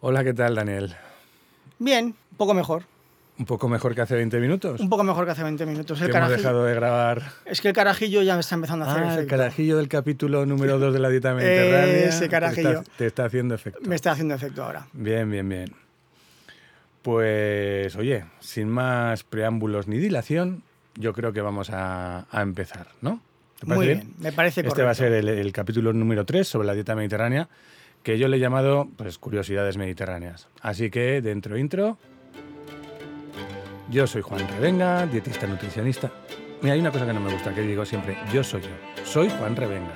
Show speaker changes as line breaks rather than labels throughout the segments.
Hola, ¿qué tal, Daniel?
Bien, un poco mejor.
¿Un poco mejor que hace 20 minutos?
Un poco mejor que hace 20 minutos.
Pues Que
El
hemos
carajillo,
dejado de grabar.
Es que el carajillo ya me está empezando a hacer
Ah, el
efecto.
carajillo del capítulo número 2 de la dieta mediterránea. te
Eh, Ese
está- Te
carajillo.
está, haciendo efecto.
Me está haciendo efecto ahora.
Bien, bien, bien. Pues, oye, sin más preámbulos ni dilación, yo creo que vamos a, a empezar, ¿no? ¿Te parece
Muy bien, me parece
Este va a
correcto.
ser el, el capítulo número 3 sobre la dieta mediterránea, que yo le he llamado pues, Curiosidades Mediterráneas. Así que, dentro intro, yo soy Juan Revenga, dietista nutricionista. Mira, hay una cosa que no me gusta, que digo siempre, yo soy yo, soy Juan Revenga,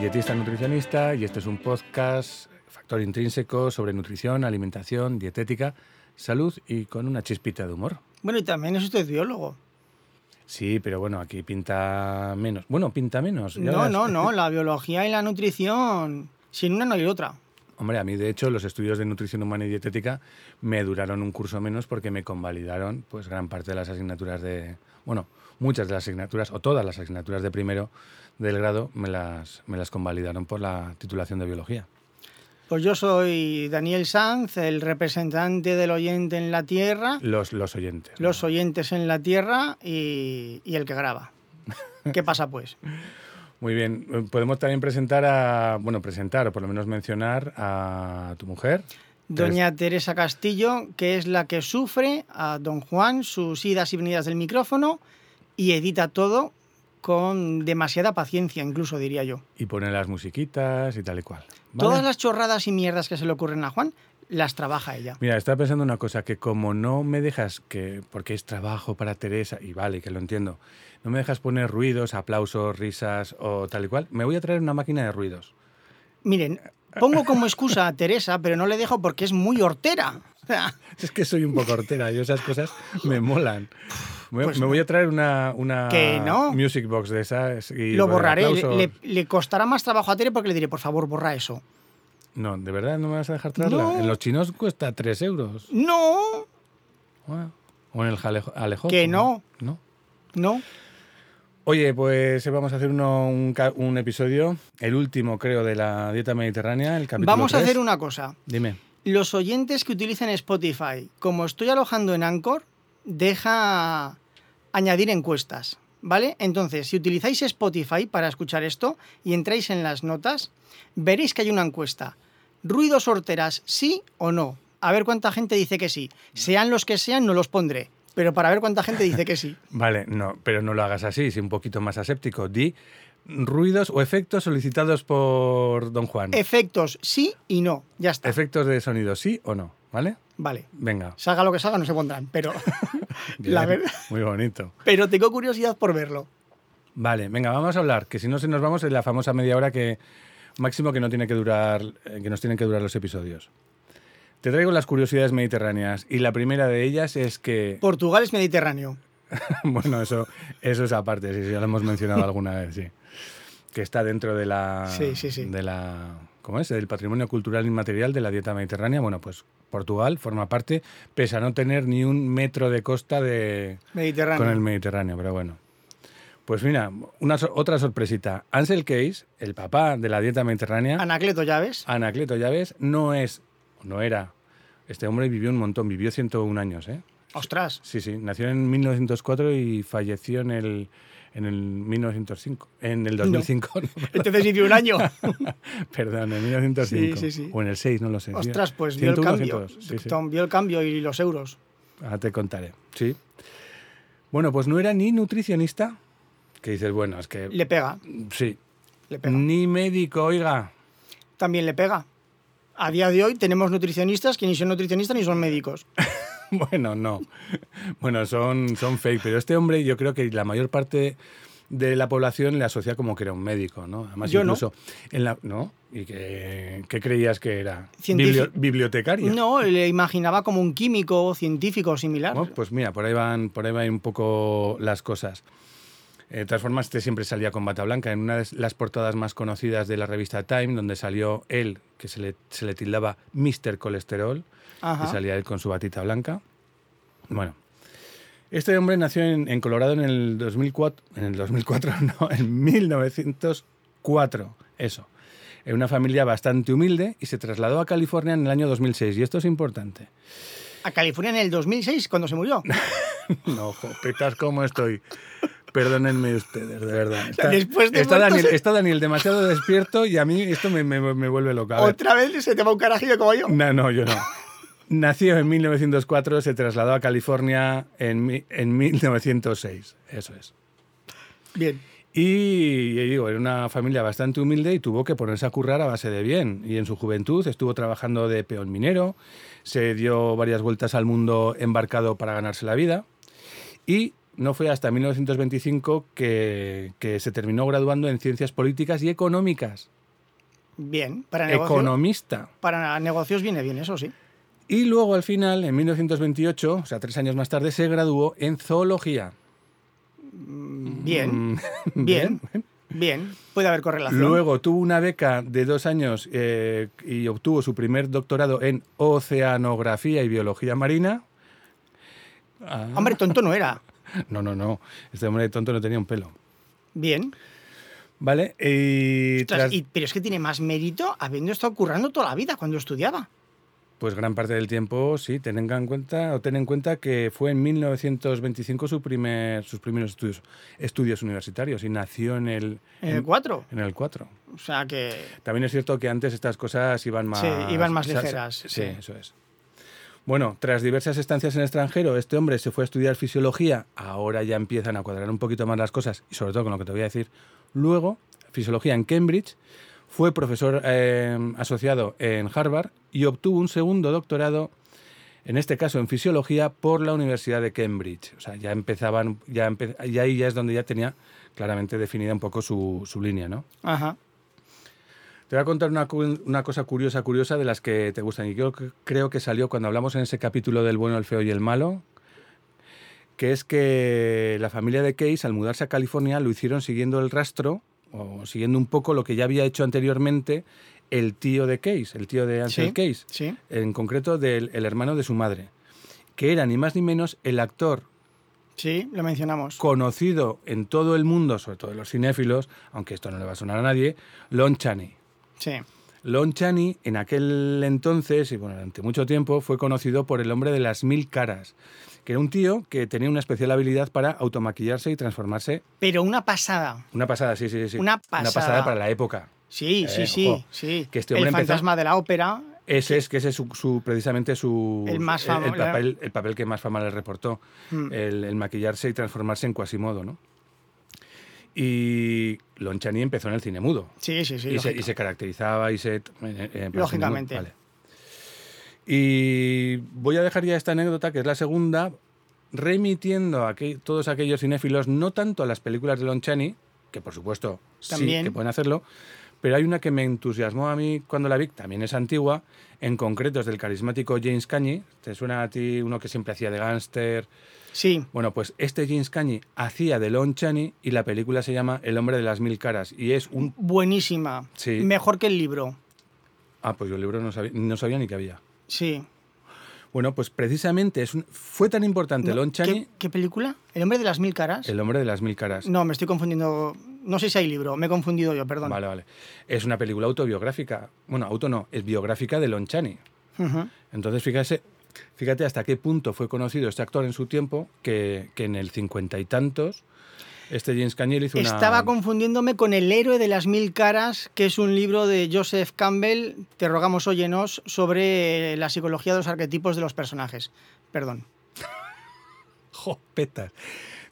dietista nutricionista, y este es un podcast, factor intrínseco, sobre nutrición, alimentación, dietética, salud y con una chispita de humor.
Bueno, y también es usted biólogo.
Sí, pero bueno, aquí pinta menos. Bueno, pinta menos. Pues ya
No,
verás.
no, no, la biología y la nutrición. Sin una no hay otra.
Hombre, a mí de hecho los estudios de nutrición humana y dietética me duraron un curso menos porque me convalidaron pues gran parte de las asignaturas de, bueno, muchas de las asignaturas o todas las asignaturas de primero del grado me las me las convalidaron por la titulación de biología.
Pues yo soy Daniel Sanz, el representante del oyente en la Tierra,
Los los oyentes. ¿no?
los oyentes en la Tierra y, y el que graba. ¿Qué pasa pues?
Muy bien, Eh, podemos también presentar a, bueno, presentar o por lo menos mencionar a tu mujer.
Doña Teresa Castillo, que es la que sufre a don Juan sus idas y venidas del micrófono y edita todo con demasiada paciencia, incluso diría yo.
Y pone las musiquitas y tal y cual. ¿vale?
Todas las chorradas y mierdas que se le ocurren a Juan las trabaja ella.
Mira, estaba pensando una cosa, que como no me dejas, que porque es trabajo para Teresa, y vale, que lo entiendo, no me dejas poner ruidos, aplausos, risas o tal y cual, me voy a traer una máquina de ruidos.
Miren, pongo como excusa a Teresa, pero no le dejo porque es muy hortera. O sea,
Es que soy un poco hortera, yo esas cosas me molan. Me,
Pues
me
no.
voy a traer una, una
Que no.
music box de esas. Y
lo
poner
borraré. Le,
aplausos.
le- le costará más trabajo a Tere porque le diré, por favor, borra eso.
No, ¿de verdad no me vas a dejar traerla?
No.
En los chinos cuesta 3 euros.
No,
Ah, O en el jalejo, alejo.
Que no.
No.
no.
Oye, pues eh, vamos a hacer uno- un, ca- un episodio, el último creo de la dieta mediterránea, el capítulo
Vamos a
tres.
hacer una cosa.
Dime.
los oyentes que utilizan Spotify, como estoy alojando en Anchor, deja añadir encuestas, ¿vale? Entonces, si utilizáis Spotify para escuchar esto y entráis en las notas, veréis que hay una encuesta. ¿Ruidos horteras sí o no? A ver cuánta gente dice que sí. Sean los que sean, no los pondré. Pero para ver cuánta gente dice que sí.
Vale, no, pero no lo hagas así, sé un poquito más aséptico. Di ruidos o efectos solicitados por Don Juan.
Efectos sí y no. Ya está.
efectos de sonido, sí o no, ¿vale?
Vale.
Venga.
Salga lo que salga, no se pondrán. Pero, La
Bien,
verdad-
Muy bonito.
pero tengo curiosidad por verlo.
Vale, venga, vamos a hablar, que si no se nos vamos en la famosa media hora que máximo que no tiene que durar, eh, que nos tienen que durar los episodios. Te traigo las curiosidades mediterráneas y la primera de ellas es que
Portugal es Mediterráneo.
Bueno, eso, eso es aparte, sí, sí, ya lo hemos mencionado alguna vez, sí. Que está dentro de la.
Sí, sí, sí.
De la ¿Cómo es? Del patrimonio cultural inmaterial de la dieta mediterránea. Bueno, pues Portugal forma parte, pese a no tener ni un metro de costa de,
Mediterráneo.
con el Mediterráneo, pero bueno. Pues mira, una, sor- otra sorpresita. Ansel Keys, el papá de la dieta mediterránea,
Anacleto, ya ves.
Anacleto, ya ves, no es, no era. Este hombre vivió un montón, vivió 101 años, ¿eh?
Ostras,
Sí, sí, nació en 1904 y falleció en el, en el 1905. En el 2005, no,
entonces vivió un año.
perdón, en 1905.
Sí, sí, sí.
O en el 6, no lo sé.
Ostras,
Mira,
pues vio el
101,
cambio.
102, sí, sí.
Tom vio el cambio y los euros.
Ahora te contaré. Sí. Bueno, pues no era ni nutricionista, que dices, bueno, es que.
Le pega,
Sí.
le pega.
Ni médico, oiga.
También le pega. A día de hoy tenemos nutricionistas que ni son nutricionistas ni son médicos.
Bueno, no. Bueno, son, son fake, pero este hombre yo creo que la mayor parte de la población le asocia como que era un médico, ¿no? Además,
Yo no.
incluso en la... ¿No? ¿Y qué, qué creías que era?
Científico.
Biblio- ¿Bibliotecario?
No, le imaginaba como un químico o científico o similar.
Bueno, pues mira, por ahí van, por ahí van un poco las cosas. Eh, De todas formas, este siempre salía con bata blanca. En una de las portadas más conocidas de la revista Time, donde salió él, que se le, se le tildaba Mr. Colesterol,
Ajá.
y salía él con su batita blanca. Bueno, este hombre nació en, en Colorado en el 2004, en el 2004, no, en 1904, eso. en una familia bastante humilde y se trasladó a California en el año 2006. Y esto es importante.
A California en el 2006, cuando se murió.
No, jopetas, ¿cómo estoy? Perdónenme ustedes, de verdad. Está,
Después de
está
muertos-
Daniel, está Daniel demasiado despierto y a mí esto me, me- me vuelve loca. A ver. Mm.
Otra vez se te va un carajillo como yo.
No, no, yo no. Nació en 1904, se trasladó a California en, mi- en 1906, eso es.
Bien.
Y, ya digo, era una familia bastante humilde y tuvo que ponerse a currar a base de bien. Y en su juventud estuvo trabajando de peón minero, se dio varias vueltas al mundo embarcado para ganarse la vida. Y no fue hasta 1925 que, que se terminó graduando en Ciencias Políticas y Económicas.
Bien. Para negocios,
Economista.
para negocios viene bien, eso sí.
Y luego al final, en 1928, o sea, tres años más tarde, se graduó en zoología.
Bien.
Mm,
Bien. Bien. Puede haber correlación.
Luego tuvo una beca de dos años eh, y obtuvo su primer doctorado en oceanografía y biología marina. Ah,
Hombre, tonto no era.
No, no, no. Este hombre tonto no tenía un pelo.
Bien.
¿Vale? Y
Ostras,
tras-
y- pero es que tiene más mérito habiendo estado currando toda la vida cuando estudiaba.
Pues gran parte del tiempo, sí, tengan en cuenta, o ten en cuenta que fue en 1925 su primer, sus primeros estudios, estudios universitarios y nació en el,
En el 4.
en el 4.
O sea que.
También es cierto que antes estas cosas iban más...
Sí, iban más
o sea,
ligeras,
Sí,
sí.
eso es. Bueno, tras diversas estancias en el extranjero, este hombre se fue a estudiar fisiología. Ahora ya empiezan a cuadrar un poquito más las cosas, y sobre todo con lo que te voy a decir. Luego, fisiología en Cambridge, fue profesor eh, asociado en Harvard y obtuvo un segundo doctorado, en este caso en fisiología, por la Universidad de Cambridge. O sea, ya empezaban, ya empe- y ahí ya es donde ya tenía claramente definida un poco su, su línea, ¿no?
Ajá.
Te voy a contar una, cu- una cosa curiosa, curiosa de las que te gustan. Y yo c- creo que salió cuando hablamos en ese capítulo del bueno, el feo y el malo, que es que la familia de Case, al mudarse a California, lo hicieron siguiendo el rastro, o siguiendo un poco lo que ya había hecho anteriormente el tío de Case, el tío de Ansel
Sí.
Case,
Sí.
en concreto del el hermano de su madre, que era ni más ni menos el actor
Sí, lo mencionamos.
conocido en todo el mundo, sobre todo en los cinéfilos, aunque esto no le va a sonar a nadie, Lon Chaney.
Sí.
Lon Chaney en aquel entonces y bueno, durante mucho tiempo fue conocido por el hombre de las mil caras, que era un tío que tenía una especial habilidad para automaquillarse y transformarse.
Pero una pasada.
Una pasada, sí, sí, sí.
Una
Una pasada
pasada.
para la época.
Sí,
Eh,
sí, sí.
ojo,
sí.
que este
el
hombre empezó-
fantasma de la ópera.
Ese es que ese es su, su- precisamente su
El más famo- la-
papel, el papel que más fama le reportó,
Mm.
el, el maquillarse y transformarse en Quasimodo, ¿no? Y Lon Chaney empezó en el cine mudo.
Sí, sí, sí.
y, se, y
lógico.
se caracterizaba y se... eh, eh, eh,
Lógicamente.
vale. Y voy a dejar ya esta anécdota, que es la segunda, remitiendo a que, todos aquellos cinéfilos, no tanto a las películas de Lon Chaney, que por supuesto sí
También.
que pueden hacerlo, pero hay una que me entusiasmó a mí cuando la vi, también es antigua, en concreto es del carismático James Cagney. ¿Te suena a ti uno que siempre hacía de gángster?
Sí.
Bueno, pues este James Cagney hacía de Lon Chaney y la película se llama El hombre de las mil caras y es un
Buenísima.
Sí.
Mejor que el libro.
Ah, pues yo el libro no sabía, no sabía ni que había.
Sí.
Bueno, pues precisamente es un- fue tan importante
No,
Lon Chaney,
¿Qué, qué película? ¿El hombre de las mil caras?
el hombre de las mil caras.
No, me estoy confundiendo. No sé si hay libro. Me he confundido yo, perdón.
Vale, vale. Es una película autobiográfica. Bueno, auto no, es biográfica de Lon Chaney.
Ujú.
Entonces, fíjate, fíjate hasta qué punto fue conocido este actor en su tiempo que, que en el cincuenta y tantos este James Cagney le hizo una...
Estaba confundiéndome con El héroe de las mil caras, que es un libro de Joseph Campbell, te rogamos óyenos, sobre la psicología de los arquetipos de los personajes. Perdón.
¡Jopetas!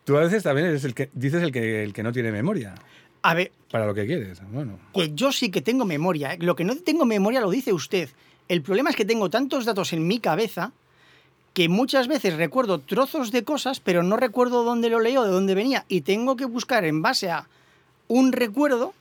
Tú a veces también eres el que, dices el que, el que no tiene memoria
A ver,
para lo que quieres. Bueno,
que pues yo sí que tengo memoria. ¿eh? Lo que no tengo memoria lo dice usted. El problema es que tengo tantos datos en mi cabeza que muchas veces recuerdo trozos de cosas, pero no recuerdo dónde lo leo, de dónde venía. Y tengo que buscar en base a un recuerdo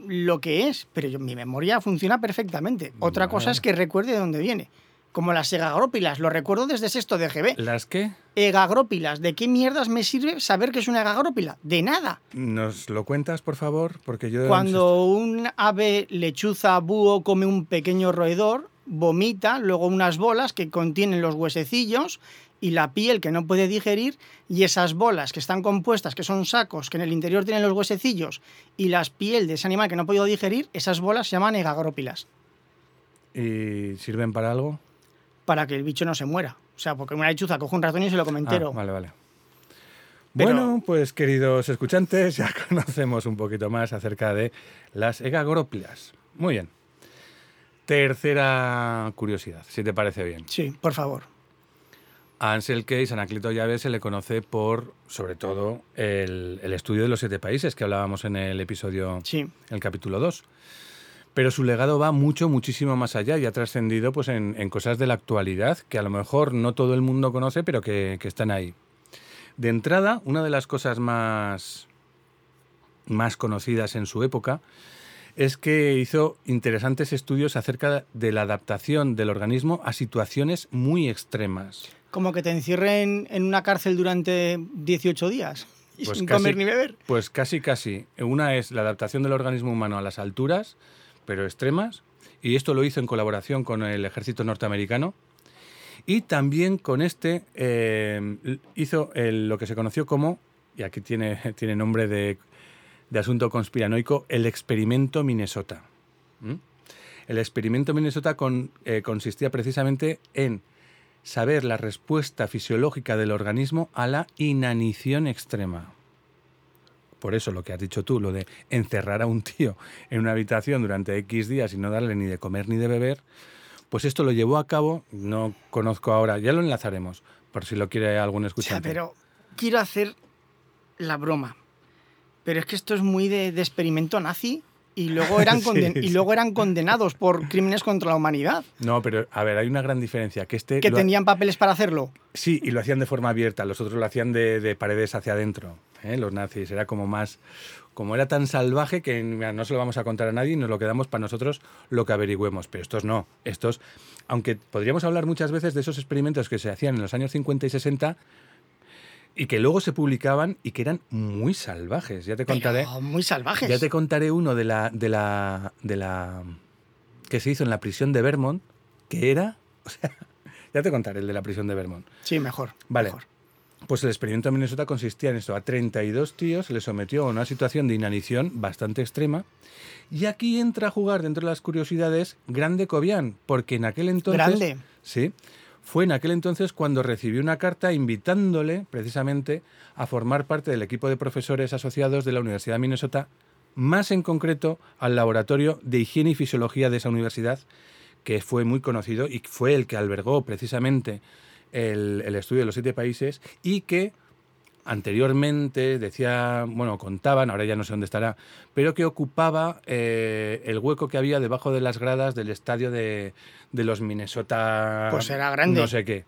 lo que es. Pero yo- mi memoria funciona perfectamente. Otra cosa
Vale.
es que recuerde de dónde viene. Como las egagrópilas, lo recuerdo desde sexto de GB.
¿las qué?
Egagrópilas, ¿de qué mierdas me sirve saber que es una egagrópila? De nada.
¿Nos lo cuentas, por favor? Porque yo...
Cuando un ave lechuza búho come un pequeño roedor, vomita, luego unas bolas que contienen los huesecillos y la piel que no puede digerir y esas bolas que están compuestas, que son sacos, que en el interior tienen los huesecillos y las piel de ese animal que no ha podido digerir, esas bolas se llaman egagrópilas,
¿Y sirven para algo?
para que el bicho no se muera. O sea, porque una lechuza coge un ratón y se lo come
Ah,
entero.
vale, vale.
Pero-
Bueno, pues queridos escuchantes, ya conocemos un poquito más acerca de las egagoroplias. Muy bien. Tercera curiosidad, si te parece bien.
Sí, por favor.
A Ansel Keys, Anaclito Llaves, se le conoce por, sobre todo, el, el estudio de los siete países que hablábamos en el episodio
Sí.
el capítulo 2. Pero su legado va mucho, muchísimo más allá y ha trascendido pues, en, en cosas de la actualidad que a lo mejor no todo el mundo conoce, pero que, que están ahí. De entrada, una de las cosas más, más conocidas en su época es que hizo interesantes estudios acerca de la adaptación del organismo a situaciones muy extremas.
Como que te encierren en una cárcel durante 18 días y
Pues
sin
casi-
comer ni beber.
Pues casi, casi. Una es la adaptación del organismo humano a las alturas, pero extremas, y esto lo hizo en colaboración con el ejército norteamericano. Y también con este eh, l- hizo el- lo que se conoció como, y aquí tiene, tiene nombre de, de asunto conspiranoico, el experimento Minnesota. ¿Mm? El experimento Minnesota con- eh, consistía precisamente en saber la respuesta fisiológica del organismo a la inanición extrema. Por eso lo que has dicho tú, lo de encerrar a un tío en una habitación durante X días y no darle ni de comer ni de beber, pues esto lo llevó a cabo, no conozco ahora, ya lo enlazaremos, por si lo quiere algún
O sea,
escuchante.
pero quiero hacer la broma. Pero es que esto es muy de, de experimento nazi y luego, eran
Sí,
conden- y
sí.
luego eran condenados por crímenes contra la humanidad.
No, pero a ver, hay una gran diferencia, que este
Que
lo-
tenían papeles para hacerlo.
Sí, y lo hacían de forma abierta, los otros lo hacían de, de paredes hacia adentro, ¿eh? los nazis. Era como más. Como era tan salvaje que mira, no se lo vamos a contar a nadie y nos lo quedamos para nosotros lo que averigüemos. Pero estos no. Estos, aunque podríamos hablar muchas veces de esos experimentos que se hacían en los años 50 y 60 y que luego se publicaban y que eran muy salvajes. Ya te contaré.
Pero muy salvajes.
Ya te contaré uno de la, de la, de la que se hizo en la prisión de Vermont, que era, o sea, ya te contaré el de la prisión de Vermont.
Sí, mejor.
Vale.
mejor.
Pues el experimento de Minnesota consistía en esto. A 32 tíos se les sometió a una situación de inanición bastante extrema. Y aquí entra a jugar dentro de las curiosidades Grande Cobian, porque en aquel entonces...
Grande.
Sí. Fue en aquel entonces cuando recibió una carta invitándole precisamente a formar parte del equipo de profesores asociados de la Universidad de Minnesota, más en concreto al Laboratorio de Higiene y Fisiología de esa universidad, que fue muy conocido y fue el que albergó precisamente el, el estudio de los siete países y que anteriormente decía, bueno, contaban, ahora ya no sé dónde estará, pero que ocupaba eh, el hueco que había debajo de las gradas del estadio de, de los Minnesota.
Pues era grande.
No sé qué.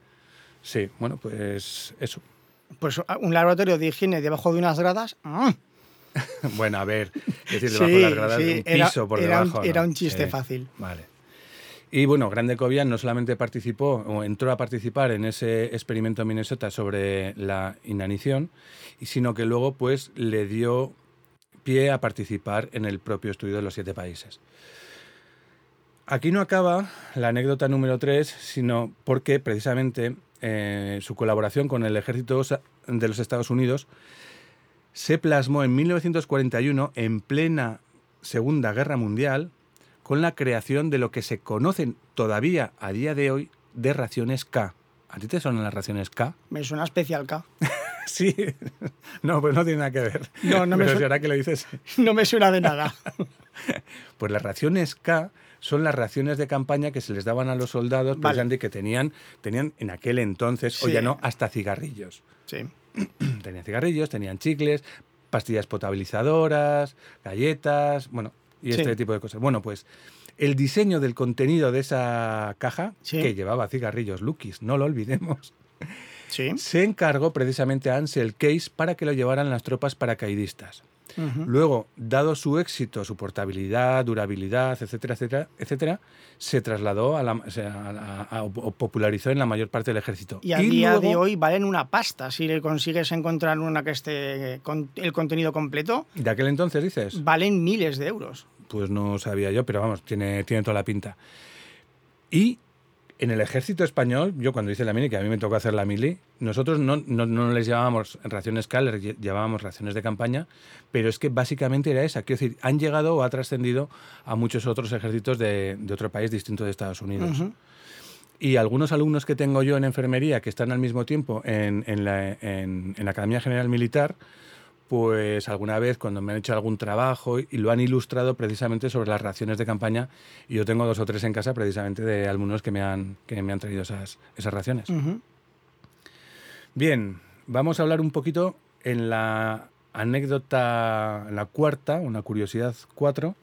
Sí, bueno, pues eso.
Pues ah, un laboratorio de higiene debajo de unas gradas. ¡ah!
Bueno, a ver, es decir, debajo de
Sí,
las gradas,
sí,
un
era-
piso por
era un-
debajo. ¿no?
era un chiste
Sí,
fácil.
Vale. Y bueno, Grande Cobian no solamente participó, o entró a participar en ese experimento en Minnesota sobre la inanición, y- sino que luego pues le dio pie a participar en el propio estudio de los siete países. Aquí no acaba la anécdota número 3, sino porque precisamente eh, su colaboración con el ejército sa- de los Estados Unidos se plasmó en 1941 en plena Segunda Guerra Mundial con la creación de lo que se conocen todavía a día de hoy de raciones K. ¿A ti te son las raciones K?
Me suena especial, K.
Sí. No, pues no tiene nada que ver.
No, no me
Pero
su-
si ahora que lo dices.
No me suena de nada.
Pues las raciones K son las raciones de campaña que se les daban a los soldados
Vale.
precisamente que tenían, tenían en aquel entonces, o
Sí.
ya no, hasta cigarrillos.
Sí.
Tenían cigarrillos, tenían chicles, pastillas potabilizadoras, galletas, bueno, y
Sí.
este tipo de cosas. Bueno, pues el diseño del contenido de esa caja,
Sí.
que llevaba cigarrillos Lucky's, no lo olvidemos,
Sí.
se encargó precisamente a Ansel Case para que lo llevaran las tropas paracaidistas.
Ujú.
Luego, dado su éxito, su portabilidad, durabilidad, etcétera, etcétera, etcétera, se trasladó a la, o sea, a la- a- o popularizó en la mayor parte del ejército.
Y a día de
luego-
hoy valen una pasta. Si le consigues encontrar una que esté con el contenido completo,
De aquel entonces, dices.
valen miles de euros.
Pues no sabía yo, pero vamos, tiene, tiene toda la pinta. Y En el ejército español, yo cuando hice la mili, que a mí me tocó hacer la mili, nosotros no, no, no les llamábamos raciones cal, les llamábamos raciones de campaña, pero es que básicamente era esa. Quiero decir, han llegado o ha trascendido a muchos otros ejércitos de, de otro país distinto de Estados Unidos.
Ujú.
Y algunos alumnos que tengo yo en enfermería, que están al mismo tiempo en, en la, en- en la Academia General Militar, pues alguna vez cuando me han hecho algún trabajo y lo han ilustrado precisamente sobre las raciones de campaña, y yo tengo dos o tres en casa precisamente de alumnos que me han, que me han traído esas, esas raciones.
Ujú.
Bien, vamos a hablar un poquito en la anécdota, la cuarta, una curiosidad cuatro,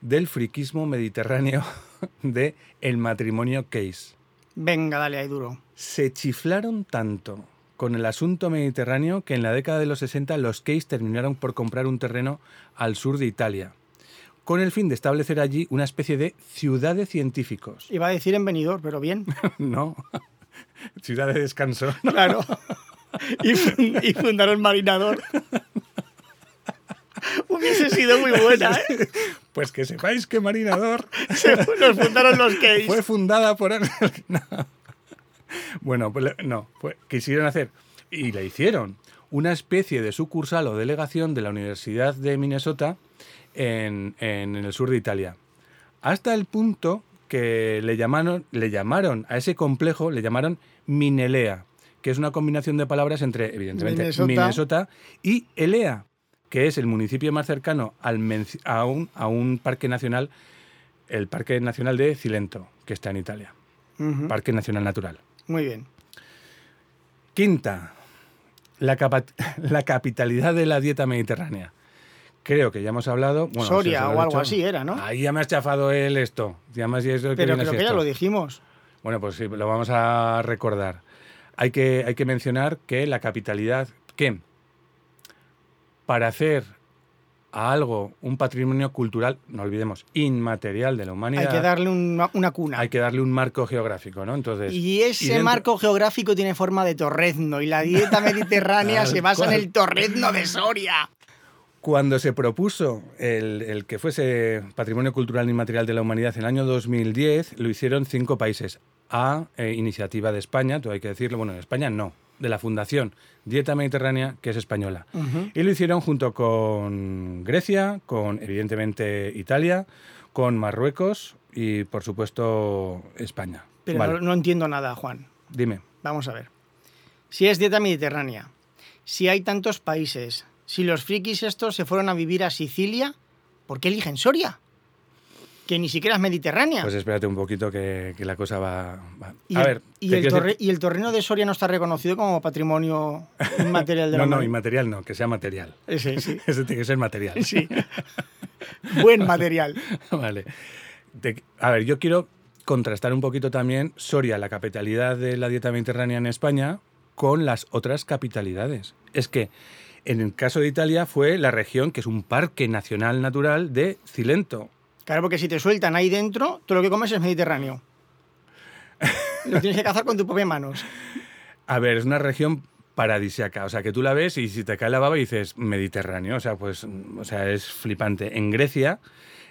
del friquismo mediterráneo de el matrimonio Case
Venga, dale ahí duro.
se chiflaron tanto con el asunto mediterráneo que en la década de los 60 los Keys terminaron por comprar un terreno al sur de Italia, con el fin de establecer allí una especie de ciudad de científicos.
Iba a decir en venidor, pero bien.
No, ciudad de descanso.
Claro. Y, fun- y fundaron Marinador. Hubiese sido muy buena, ¿eh?
Pues que sepáis que Marinador
Se- Nos fundaron los gays.
fue fundada por... No. Bueno, pues le- no, pues quisieron hacer, y la hicieron, una especie de sucursal o delegación de la Universidad de Minnesota en, en el sur de Italia. Hasta el punto que le llamaron, le llamaron a ese complejo, le llamaron Minelea, que es una combinación de palabras entre, evidentemente,
Minnesota.
Minnesota, y Elea, que es el municipio más cercano al menci- a, un, a un parque nacional, el Parque Nacional de Cilento, que está en Italia,
Ujú.
Parque Nacional Natural.
Muy bien.
Quinta, la, capa- la capitalidad de la dieta mediterránea. Creo que ya hemos hablado. bueno,
Soria
se os
o
lo he
algo
dicho.
así era, ¿no?
Ahí ya me has chafado él esto. Ya me has- ya es lo que
Pero
viene
creo
así
que ya
esto.
lo dijimos.
Bueno, pues sí, lo vamos a recordar. Hay que, hay que mencionar que la capitalidad, que para hacer a algo un patrimonio cultural, no olvidemos, inmaterial de la humanidad,
Hay que darle una, una cuna.
hay que darle un marco geográfico, ¿no? Entonces,
Y ese
y dentro-
marco geográfico tiene forma de torrezno y la dieta mediterránea
Tal
se basa
cual.
en el torrezno de Soria.
Cuando se propuso el, el que fuese Patrimonio Cultural Inmaterial de la Humanidad en el año 2010, lo hicieron cinco países. A eh, iniciativa de España, todo hay que decirlo, bueno, de España no, de la Fundación Dieta Mediterránea, que es española.
Ujú.
Y lo hicieron junto con Grecia, con evidentemente Italia, con Marruecos y por supuesto España.
Pero
Vale,
no, no entiendo nada, Juan.
Dime.
Vamos a ver. Si es dieta mediterránea, si hay tantos países, si los frikis estos se fueron a vivir a Sicilia, ¿por qué eligen Soria? Que ni siquiera es mediterránea.
Pues espérate un poquito que, que la cosa va... va-
y
a
el,
ver,
y
te
el
quiero decir-
torre- y el torreno de Soria no está reconocido como patrimonio inmaterial de la
No, no,
humanidad.
inmaterial no, que sea material.
Ese, sí.
Ese tiene que ser material.
Sí. Buen material.
Vale. Te- a ver, yo quiero contrastar un poquito también Soria, la capitalidad de la dieta mediterránea en España, con las otras capitalidades. Es que en el caso de Italia fue la región que es un parque nacional natural de Cilento.
Claro, porque si te sueltan ahí dentro, todo lo que comes es mediterráneo. Lo tienes que cazar con tus propias manos.
A ver, es una región paradisiaca, o sea, que tú la ves y si te cae la baba y dices Mediterráneo, o sea, pues, mm, o sea, es flipante. En Grecia,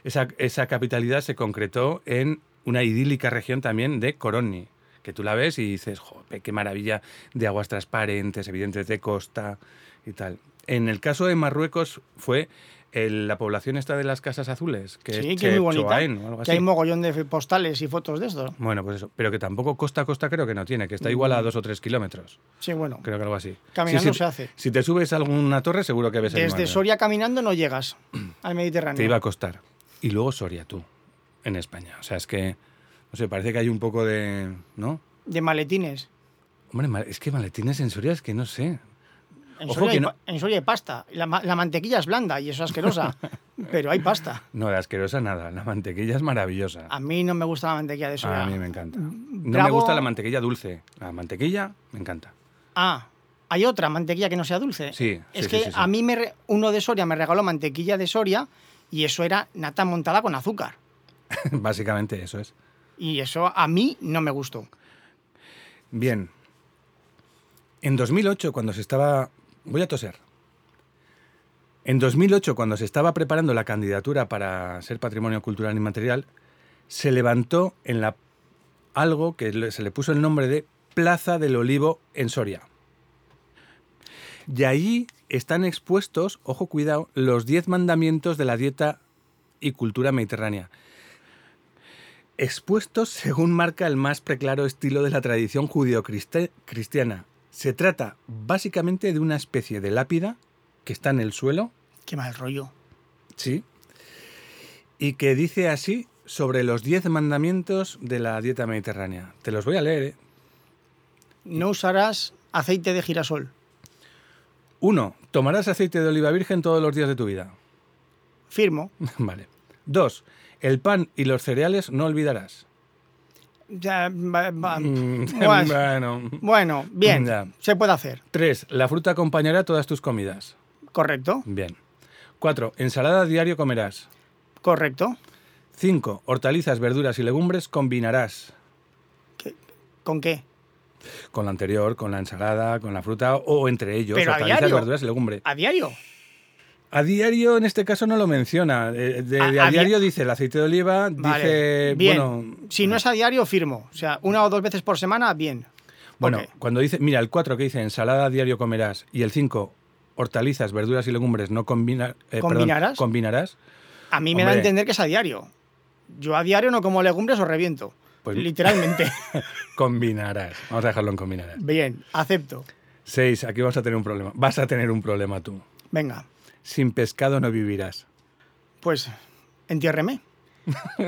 esa, esa capitalidad se concretó en una idílica región también de Coroni, que tú la ves y dices, jope, qué maravilla de aguas transparentes, evidentes de costa y tal. En el caso de Marruecos fue el- la población esta de las casas azules, que
Sí,
es
que es muy
Che-
bonita,
Choain o algo
Que
así.
hay mogollón de postales y fotos de esto.
Bueno, pues eso, pero que tampoco costa a costa creo que no tiene, que está igual a
Mm.
dos o tres kilómetros,
Sí, bueno.
creo que algo así. Sí,
Caminando
sí,
se hace.
si te subes a alguna torre, seguro que ves el
Desde
mar.
Soria caminando no llegas al Mediterráneo.
Te iba a costar. Y luego Soria, tú, en España. O sea, es que, no sé, parece que hay un poco de... ¿No?
De maletines.
Hombre, ma- es que maletines en Soria es que no sé.
En
Ojo
Soria,
que
hay,
no-
pa- en Soria hay pasta. La, ma- la mantequilla es blanda y eso es asquerosa. pero hay pasta.
No, de asquerosa nada. La mantequilla es maravillosa.
A mí no me gusta la mantequilla de Ah, Soria.
A mí me encanta. No me
Bravo.
gusta la mantequilla dulce. La mantequilla me encanta.
Ah, hay otra mantequilla que no sea dulce.
Sí, sí,
Es
sí,
que
sí, sí.
a mí me re- uno de Soria me regaló mantequilla de Soria y eso era nata montada con azúcar.
Básicamente eso es.
Y eso a mí no me gustó.
Bien. En 2008, cuando se estaba... Voy a toser. En 2008, cuando se estaba preparando la candidatura para ser Patrimonio Cultural Inmaterial, se levantó en la algo que le- se le puso el nombre de Plaza del Olivo en Soria. Y allí están expuestos, ojo cuidado, los 10 mandamientos de la dieta y cultura mediterránea. Expuestos según marca el más preclaro estilo de la tradición judeocristiana. Se trata básicamente de una especie de lápida que está en el suelo,
Qué mal rollo.
sí, y que dice así sobre los 10 mandamientos de la dieta mediterránea. Te los voy a leer, ¿eh?
No usarás aceite de girasol.
1. Tomarás aceite de oliva virgen todos los días de tu vida.
Firmo.
Vale. 2. El pan y los cereales no olvidarás.
Ya, va- va-
Mm,
Guay.
bueno.
Bueno, bien.
Ya.
Se puede hacer.
3. La fruta acompañará todas tus comidas.
Correcto.
Bien. 4. Ensalada diario comerás.
Correcto.
5. Hortalizas, verduras y legumbres combinarás
¿Con qué?
con la anterior, con la ensalada, con la fruta o entre ellos
Pero a
hortalizas,
diario.
verduras y legumbres.
A diario.
A diario en este caso no lo menciona. eh, de- de
A-
a,
a dia-
diario dice el aceite de oliva,
Vale.
dice
bien.
bueno,
si no es a diario, firmo. O sea, una o dos veces por semana, bien.
Bueno,
Ok.
cuando dice, mira, el 4 que dice ensalada diario comerás y el 5 hortalizas, verduras y legumbres no combina, eh, perdón,
¿Combinarás?
combinarás,
A mí me da a
Hombre.
entender que es a diario. Yo a diario no como legumbres o reviento.
Pues-
Literalmente.
combinarás. Vamos a dejarlo en combinarás.
bien, acepto.
6, aquí vamos a tener un problema. Vas a tener un problema tú.
Venga,
Sin pescado no vivirás.
pues entiérreme.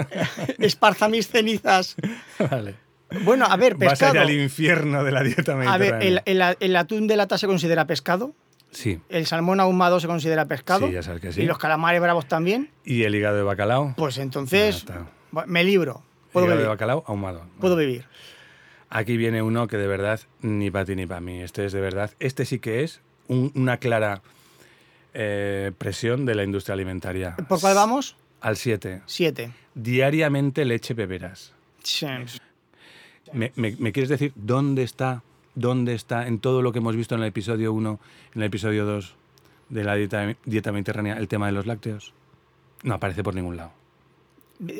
Esparza mis cenizas.
Vale.
Bueno, a ver,
Vas a ir
pescado.
al infierno de la dieta
A
mediterránea.
ver, ¿el, el- el atún de lata se considera pescado?
Sí,
¿El salmón ahumado se considera pescado?
sí, ya sabes que sí.
¿Y los calamares bravos también?
Y el hígado de bacalao.
Pues entonces
Ya está.
bu- me libro. Puedo
hígado de
vivir.
bacalao ahumado.
Puedo
Vale.
vivir.
Aquí viene uno que de verdad, ni para ti ni para mí. Este es de verdad. Este sí que es un- una clara eh, presión de la industria alimentaria.
¿Por cuál vamos?
Al 7.
Siete.
Diariamente leche beberás.
Sí.
¿Me, me- me quieres decir dónde está, dónde está en todo lo que hemos visto en el episodio 1, en el episodio 2 de la dieta, dieta mediterránea, el tema de los lácteos? No aparece por ningún lado.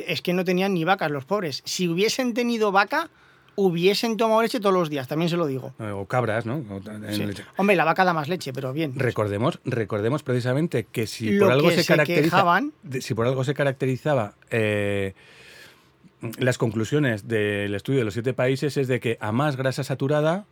Es que no tenían ni vacas los pobres. Si hubiesen tenido vaca, hubiesen tomado leche todos los días, también se lo digo.
O cabras, ¿no? O ta- en
Sí.
leche.
Hombre, la vaca da más leche, pero bien.
Recordemos, recordemos precisamente que si
Lo
por algo
que
se,
se
caracteriza-
quejaban.
de- si por algo se caracterizaba eh, las conclusiones del estudio de los siete países es de que a más grasa saturada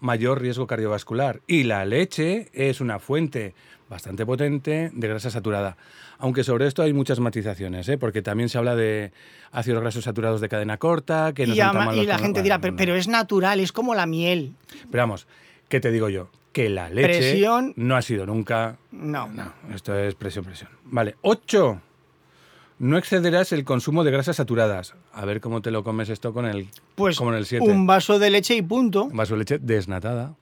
mayor riesgo cardiovascular y la leche es una fuente bastante potente de grasa saturada. Aunque sobre esto hay muchas matizaciones, ¿eh? porque también se habla de ácidos grasos saturados de cadena corta, que no
Y,
son
ama-
tan
y
malos
la
como-
gente
bueno,
dirá,
no,
"Pero-
no.
pero es natural, es como la miel.
Pero vamos, ¿qué te digo yo? Que la leche
Presión-
no ha sido nunca
No.
Oh, no, esto es presión, presión. Vale, 8. No excederás el consumo de grasas saturadas. A ver cómo te lo comes esto con el,
Pues
como en el 7.
un vaso de leche y punto.
vaso de leche desnatada.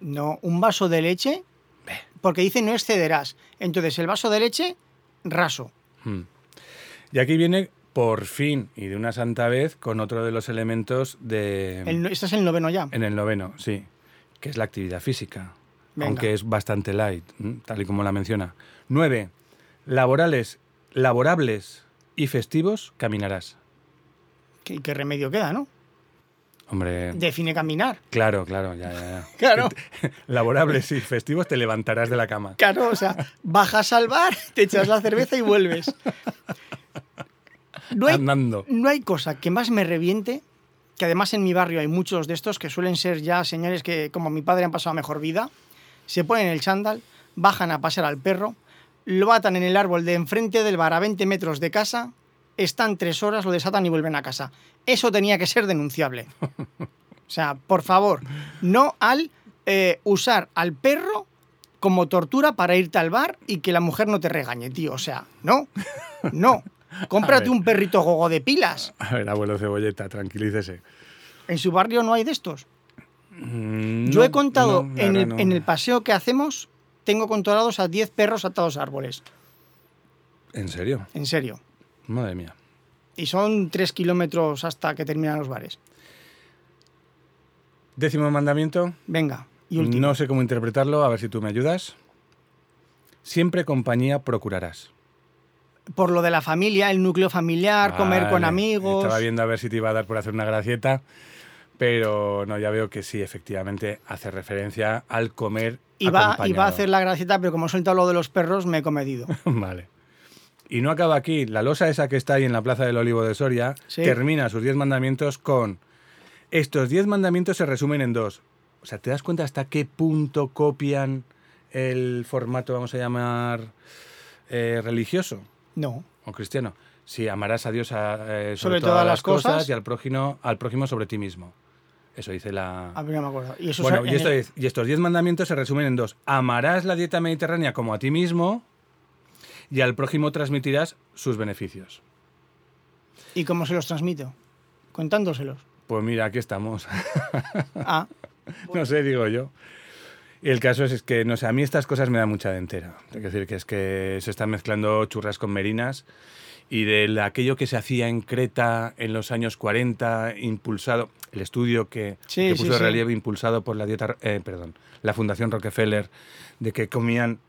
No, un vaso de leche, porque dice no excederás. Entonces, el vaso de leche, raso.
Hmm. Y aquí viene, por fin, y de una santa vez, con otro de los elementos de...
El no- este es el noveno ya.
En el noveno, sí. Que es la actividad física.
Venga.
Aunque es bastante light, ¿m? tal y como la menciona. 9. Laborales, laborables y festivos, caminarás.
¿Qué, qué remedio queda, no?
Hombre...
Define caminar.
Claro, Em. claro, ya, ya, ya.
Claro.
Laborables y festivos te levantarás de la cama.
Claro, o sea, bajas al bar, te echas la cerveza y vuelves. No hay,
Andando.
no hay cosa que más me reviente, que además en mi barrio hay muchos de estos que suelen ser ya señores que, como mi padre, han pasado a mejor vida. Se ponen el chándal, bajan a pasear al perro, lo atan en el árbol de enfrente del bar a 20 metros de casa, están tres horas, lo desatan y vuelven a casa. Eso tenía que ser denunciable. O sea, por favor, no al eh, usar al perro como tortura para irte al bar y que la mujer no te regañe, tío. O sea, no, no. Cómprate
ver.
un perrito gogo de pilas.
A ver, abuelo cebolleta, tranquilícese.
En su barrio no hay de estos.
Mm,
Yo
no,
he contado,
no,
en,
ahora
el,
no.
en el paseo que hacemos, tengo controlados a 10 perros atados a árboles.
¿En serio?
En serio.
Madre mía.
Y son 3 kilómetros hasta que terminan los bares.
Décimo mandamiento.
Venga, y último.
No sé cómo interpretarlo, a ver si tú me ayudas. Siempre compañía procurarás.
por lo de la familia, el núcleo familiar, comer con
Vale.
amigos.
Estaba viendo a ver si te iba a dar por hacer una gracieta, pero no, ya veo que sí, efectivamente, hace referencia al comer
Y va, y
acompañado.
va a hacer la gracieta, pero como he soltado lo de los perros, me he comedido.
Vale. Y no acaba aquí. La losa esa que está ahí en la Plaza del Olivo de Soria
Sí.
termina sus diez mandamientos con estos diez mandamientos se resumen en dos. O sea, ¿te das cuenta hasta qué punto copian el formato, vamos a llamar, eh, religioso
No.
o cristiano? Sí, amarás a Dios a, eh, sobre,
Sobre
todas, las cosas,
cosas.
y al prójimo, al prójimo sobre ti mismo. Eso dice la...
A ver, no me acuerdo. Y eso es
Bueno,
en
y, esto
el-
es- y estos diez mandamientos se resumen en dos. Amarás la dieta mediterránea como a ti mismo y al prójimo transmitirás sus beneficios.
¿Y cómo se los transmito? Contándoselos.
Pues mira, aquí estamos.
Ah,
no sé, digo yo. Y el caso es, es que, no sé, a mí estas cosas me da mucha dentera. Es decir, que es que se están mezclando churras con merinas y de la- aquello que se hacía en Creta en los años 40, impulsado, el estudio que,
Sí,
que
sí,
puso de
sí.
relieve, impulsado por la dieta, eh, perdón, la Fundación Rockefeller, de que comían,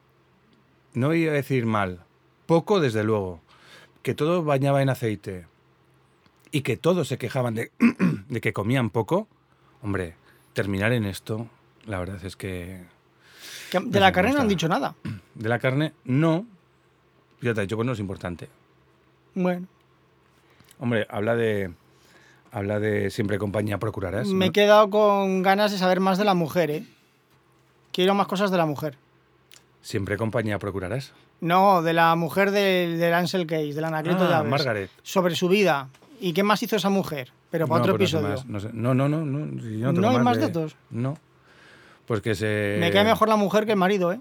no iba a decir mal, poco desde luego, que todo bañaba en aceite y que todos se quejaban de, de que comían poco, hombre, terminar en esto, la verdad es que
que de
No
la
me
carrera no han
gusta.
dicho nada.
de la carne no, ya te he dicho que no es importante.
Bueno,
Hombre, habla de habla de siempre compañía procurarás. ¿no?
me he quedado con ganas de saber más de la mujer, ¿eh? Quiero más cosas de la mujer.
Siempre compañía procurarás.
No, de la mujer del, del Ansel Case, del Anacleto
Ah,
Llaves.
Margaret.
Sobre su vida. ¿Y qué más hizo esa mujer? Pero para
No,
otro
pues no sé
episodio.
más, No, sé. no, no, no, no, si yo no, tengo
¿No hay más
de-
datos?
No. Pues que se
Me cae mejor la mujer que el marido, ¿eh?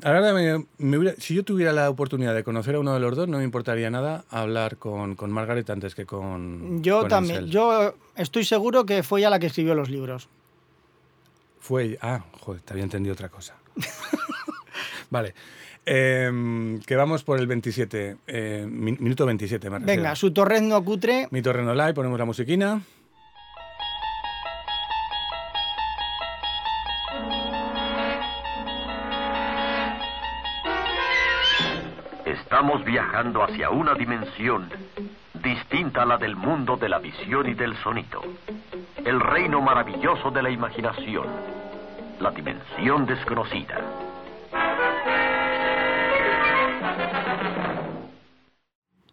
La verdad, me- me hubiera- si yo tuviera la oportunidad de conocer a uno de los dos, no me importaría nada hablar con, con Margaret antes que con.
Yo
con
también.
Ansel.
Yo estoy seguro que fue ella la que escribió los libros.
Fue ella- Ah, joder, te había entendido otra cosa. vale. Em, que vamos por el 27. eh, min- minuto 27, me refiero.
Venga, su torrezno cutre.
Mi torreno live, ponemos la musiquina.
Estamos viajando hacia una dimensión distinta a la del mundo de la visión y del sonido. El reino maravilloso de la imaginación. La dimensión desconocida.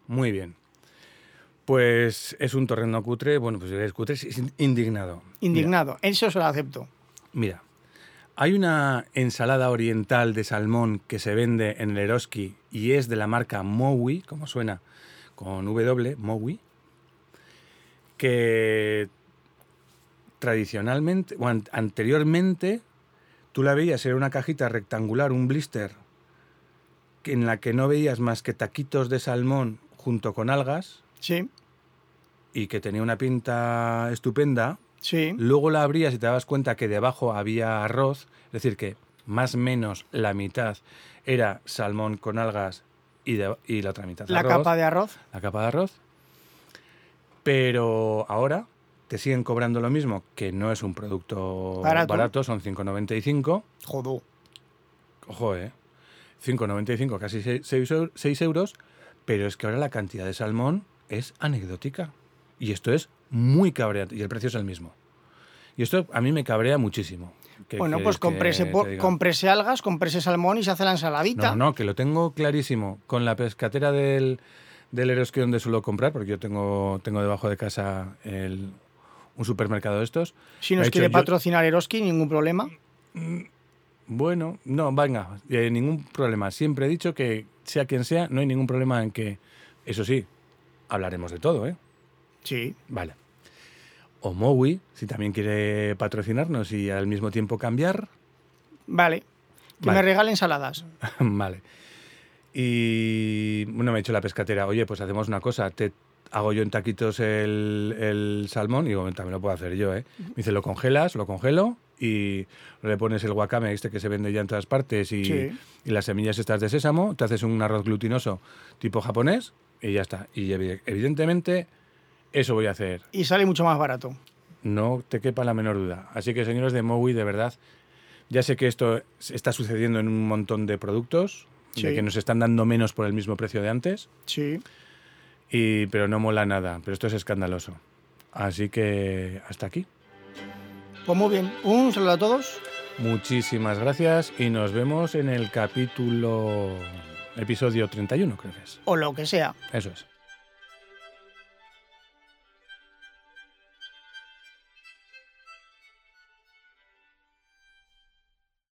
Muy bien. Pues es un torreno cutre. Bueno, pues es cutre, es indignado. Mira,
Indignado. Eso se lo acepto.
Mira, hay una ensalada oriental de salmón que se vende en el Eroski y es de la marca Mowi, como suena, con W, Mowi, que tradicionalmente, o an- anteriormente, tú la veías, era una cajita rectangular, un blister, que- en la que no veías más que taquitos de salmón junto con algas
Sí,
y que tenía una pinta estupenda,
sí.
Luego la abrías y te dabas cuenta que debajo había arroz, es decir, que más o menos la mitad era salmón con algas y, de- y la otra mitad
La
arroz,
capa de arroz.
la capa de arroz. Pero ahora te siguen cobrando lo mismo, que no es un producto
Barato.
barato, son 5,95.
Jodó.
Ojo, ¿eh? 5,95, casi 6, euros. Pero es que ahora la cantidad de salmón es anecdótica. Y esto es muy cabreante. Y el precio es el mismo. Y esto a mí me cabrea muchísimo. ¿Qué
Bueno,
quieres
pues
que
comprese,
te
po-
diga?
comprese algas, comprese salmón y se hace la ensaladita.
No, no, que lo tengo clarísimo. Con la pescatera del, del Eroski donde suelo comprar, porque yo tengo, tengo debajo de casa el- un supermercado de estos.
Si
Me ha
nos
dicho,
quiere
yo-
patrocinar Eroski, ningún problema.
Bueno, no, venga, eh, ningún problema. Siempre he dicho que, sea quien sea, no hay ningún problema en que, eso sí, hablaremos de todo, ¿eh?
Sí.
Vale. O Mowi, si también quiere patrocinarnos y al mismo tiempo cambiar,
Vale. Que
Vale.
me regale ensaladas.
vale. Y, bueno, me ha dicho la pescatera, oye, pues hacemos una cosa, te hago yo en taquitos el, el salmón, y digo, también lo puedo hacer yo, ¿eh? Me dice, lo congelas, lo congelo, y le pones el wakame este que se vende ya en todas partes, y...
Sí.
y las semillas estas de sésamo, te haces un arroz glutinoso tipo japonés y ya está. Y evi- evidentemente eso voy a hacer,
Y sale mucho más barato.
no te quepa la menor duda. Así que señores de Mowi, de verdad, ya sé que esto se está sucediendo en un montón de productos,
Sí.
de que nos están dando menos por el mismo precio de antes,
Sí.
y, pero no mola nada. Pero esto es escandaloso. Así que hasta aquí.
Pues muy bien. Un saludo a todos.
Muchísimas gracias y nos vemos en el capítulo, episodio 31, creo que es.
O lo que sea.
Eso es.